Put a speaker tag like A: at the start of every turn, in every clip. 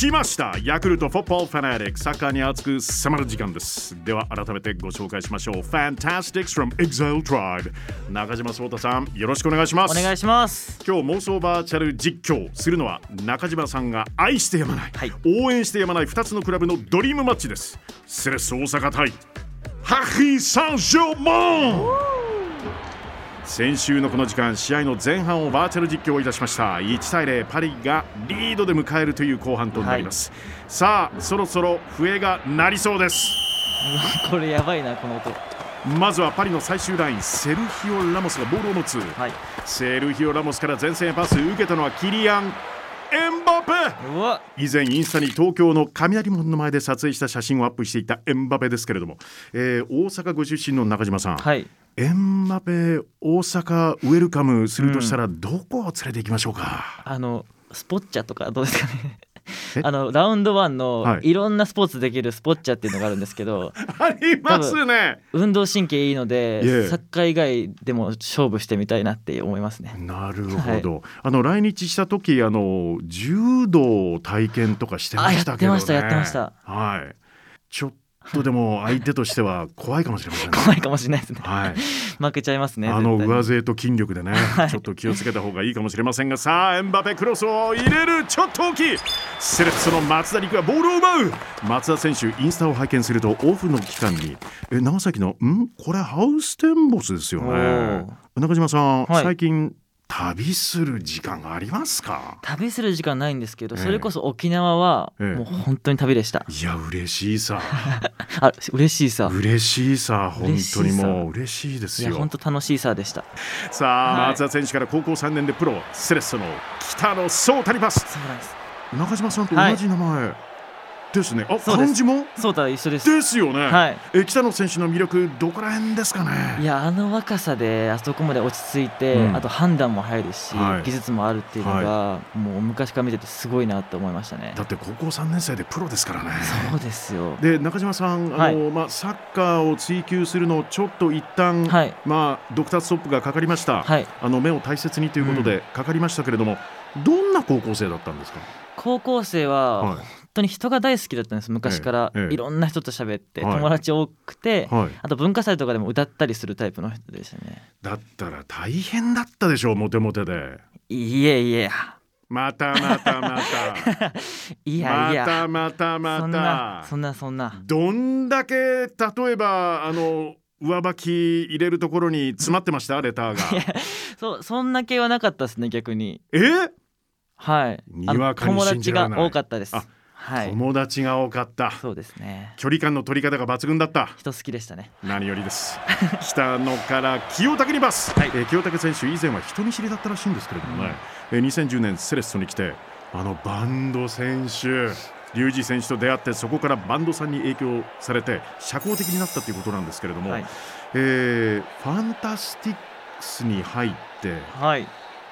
A: 来ましたヤクルトフォッポーファナティックサッカーに熱く迫る時間ですでは改めてご紹介しましょう Fantastics from Exile Tribe 中島聡太さんよろしくお願いします
B: お願いします
A: 今日妄想バーチャル実況するのは中島さんが愛してやまない、
B: はい
A: 応援してやまない2つのクラブのドリームマッチですセレッソ大阪対ハッヒー・サンジョーモン先週のこの時間試合の前半をバーチャル実況いたしました1対0パリがリードで迎えるという後半となります、さあそろそろ笛が鳴りそうです
B: うわこれやばいなこの音
A: まずはパリの最終ラインセルヒオ・ラモスがボールを持つ、
B: はい
A: セルヒオ・ラモスから前線へパス受けたのはキリアン・エンバペ
B: うわ
A: 以前インスタに東京の雷門の前で撮影した写真をアップしていたエンバペですけれども、えー大阪ご出身の中島さん、
B: はい
A: エンバペ大阪ウェルカムするとしたらどこを連れて行きましょうか、
B: あのスポッチャとかどうですかね
A: え
B: あのラウンドワン
A: は
B: の
A: い
B: いろんなスポーツできるスポッチャっていうのがあるんです けど、
A: ありますね
B: 運動神経いいので、
A: いえ
B: サッカー以外でも勝負してみたいなって思いますね
A: なるほど、あの来日した時あの柔道を体験とかしてましたけど、ね、
B: あやってましたやってました
A: はいちょっとでも相手としては怖いかもしれませんね
B: 怖いかもしれないですね
A: はい
B: 負けちゃいますね
A: あの
B: 絶対
A: 上背と筋力 でね、ちょっと気をつけた方がいいかもしれませんがさあエンバペクロスを入れるちょっと大きいセレッソの松田陸がボールを奪う松田選手インスタを拝見するとオフの期間にえ長崎のんこれハウステンボスですよ
B: お
A: ね
B: ー
A: 中島さん、
B: はい
A: 最近旅する時間がありますか
B: 旅する時間ないんですけど、
A: ええ
B: それこそ沖縄は
A: ええ
B: もう本当に旅でした、
A: いや嬉しい さ
B: あ嬉しいさ
A: 嬉しいさ本当にもう嬉しいで
B: い
A: す
B: や
A: よ
B: 本当楽しいさでした
A: さあ、
B: はい
A: 松田選手から高校3年でプロセレッソの北野壮太にパス
B: そうなんです
A: 中島さんと同じ名前、ですね。あ、
B: そうです
A: 漢字も
B: そうた一緒です
A: ですよね。
B: はい
A: え、北野選手の魅力どこら辺ですか
B: い
A: ね。
B: やあの若さであそこまで落ち着いて、
A: うん
B: あと判断も入るし、
A: はい
B: 技術もあるっていうのが、もう昔から見ててすごいなって思いましたね
A: だって高校3年生でプロですからね。
B: そうですよ
A: で、中島さん、あの、まあサッカーを追求するのをちょっと一旦、
B: はい
A: まあドクターストップがかかりました。
B: はい
A: あの目を大切にということでかかりましたけれども、どんな高校生だったんですか。
B: 高校生は本
A: は
B: 当に人が大好きだったんです昔から、
A: ええええ
B: いろんな人と喋って、
A: はい
B: 友達多くて、
A: い。はい。
B: あと文化祭とかでも歌ったりするタイプの人でしたね
A: だったら大変だったでしょう。モテモテで。
B: いえいえ
A: またまたまた。
B: いやいや
A: またまたまた。
B: そんなそんなそんな
A: どんだけ例えばあの上履き入れるところに詰まってましたレターが。
B: そそんな系はなかったですね逆に
A: え、
B: はい
A: に
B: あの
A: わかに
B: 友
A: 信じ
B: 達
A: られ
B: が
A: ない
B: 多かったです
A: あ
B: はい
A: 友達が多かった。
B: そうですね
A: 距離感の取り方が抜群だった。
B: 人好きでしたね
A: 何より です。北野から清武にパス。
B: はい
A: えー清武選手以前は人見知りだったらしいんですけれどもね。えー2010年セレッソに来てあのバンド選手。リュウジ選手と出会ってそこからバンドさんに影響されて社交的になったということなんですけれども、
B: はい
A: えーファンタスティックスに入って
B: はい、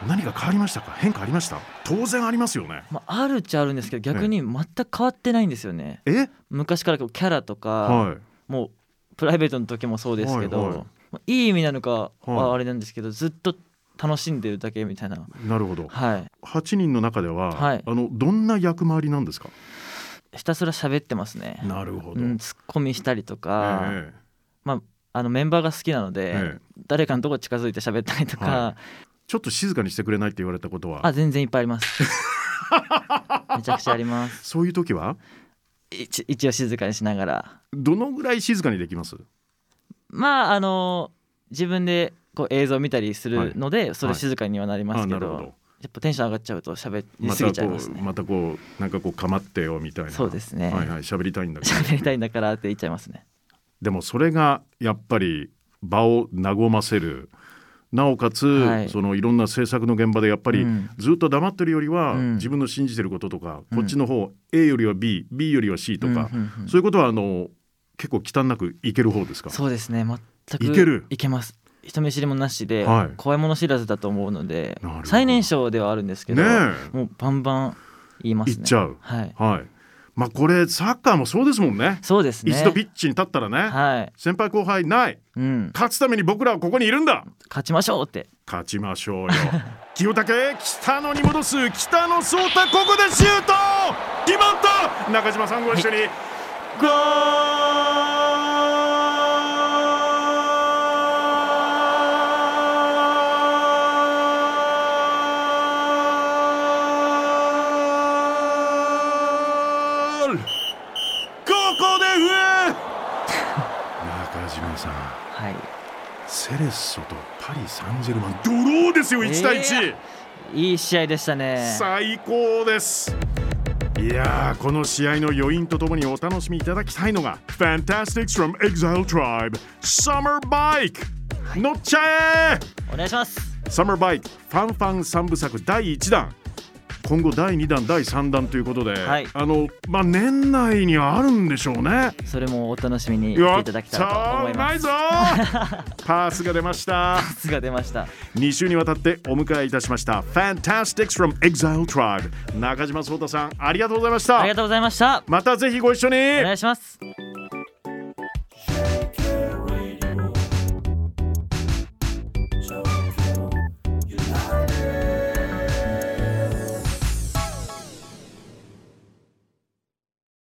A: 何か変わりましたか変化ありました当然ありますよね
B: まあ、あるっちゃあるんですけど逆に全く変わってないんですよね
A: え
B: 昔からこうキャラとか、
A: は
B: もうプライベートの時もそうですけど、
A: はい
B: い
A: はい
B: い、意味なのか
A: はい
B: はあれなんですけど、ずっと楽しんでるだけみたいない
A: なるほど
B: はい
A: 8人の中では、
B: はい
A: あのどんな役回りなんですか
B: ひたすら喋ってますね
A: なるほ
B: うん、ツッコミしたりとか、
A: ええ
B: あのメンバーが好きなので、
A: ええ
B: 誰かのとこ近づいて喋ったりとか、
A: はちょっと静かにしてくれないって言われたことは
B: あ全然いっぱいあります めちゃくちゃあります
A: そういう時はい
B: ち一応静かにしながら
A: どのぐらい静かにできます
B: まああの自分でこう映像見たりするので、それ静かにはなります
A: あ
B: け
A: な
B: ど,、
A: るほど
B: やっぱテンション上がっちゃうと喋り
A: ますた
B: ぎちゃい
A: こ
B: ます
A: う
B: ね、
A: またこうなんかこう構ってよみたいな
B: そうですね
A: はいはい喋りたいんだけど
B: 喋りたいんだからって言っちゃいますね
A: でもそれがやっぱり場を和ませるなおかつ、
B: はい
A: い、そのいろんな制作の現場でやっぱり
B: うん
A: ずっと黙ってるよりは、
B: うん
A: 自分の信じてることとか、
B: うん
A: こっちの方 A よりは BB よりは C とか、
B: うんうんうん
A: そういうことはあの結構忌憚なくいける方ですか
B: そうですね全く
A: いける
B: いけます人見知りもなしで、
A: はい
B: 怖いもの知らずだと思うので
A: なるほど
B: 最年少ではあるんですけど、
A: ね
B: もうバンバン言いますね
A: 言っちゃう
B: はい
A: はいまあこれサッカーもそうですもんね
B: そうですね
A: 一度ピッチに立ったらね、
B: はい、
A: 先輩後輩ない
B: うん、
A: 勝つために僕らはここにいるんだ
B: 勝ちましょうって
A: 勝ちましょうよ 清武北野に戻す北野颯太ここでシュート決まった中島さんご一緒に、ゴールここで笛 中島さん
B: はい
A: セレッソとパリ・サンジェルマンドローですよ1対1、
B: えいい試合でしたね
A: 最高ですいやーこの試合の余韻とともにお楽しみいただきたいのが Fantastics from Exile Tribe Summer Bike 乗っちゃえ
B: お願いします
A: サマーバイクファンファン三部作第1弾今後第2弾第3弾ということで、
B: はい
A: あのまあ年内にあるんでしょうね
B: それもお楽しみにして
A: や
B: い
A: ったた
B: だきたらと思い
A: ーう
B: ま
A: ますいぞ パースが出ました
B: スが出ました
A: 2週にわたってお迎えいたしました Fantastics from Exile Tribe 中島聡太さんありがとうございました
B: ありがとうございました
A: またぜひご一緒に
B: お願いします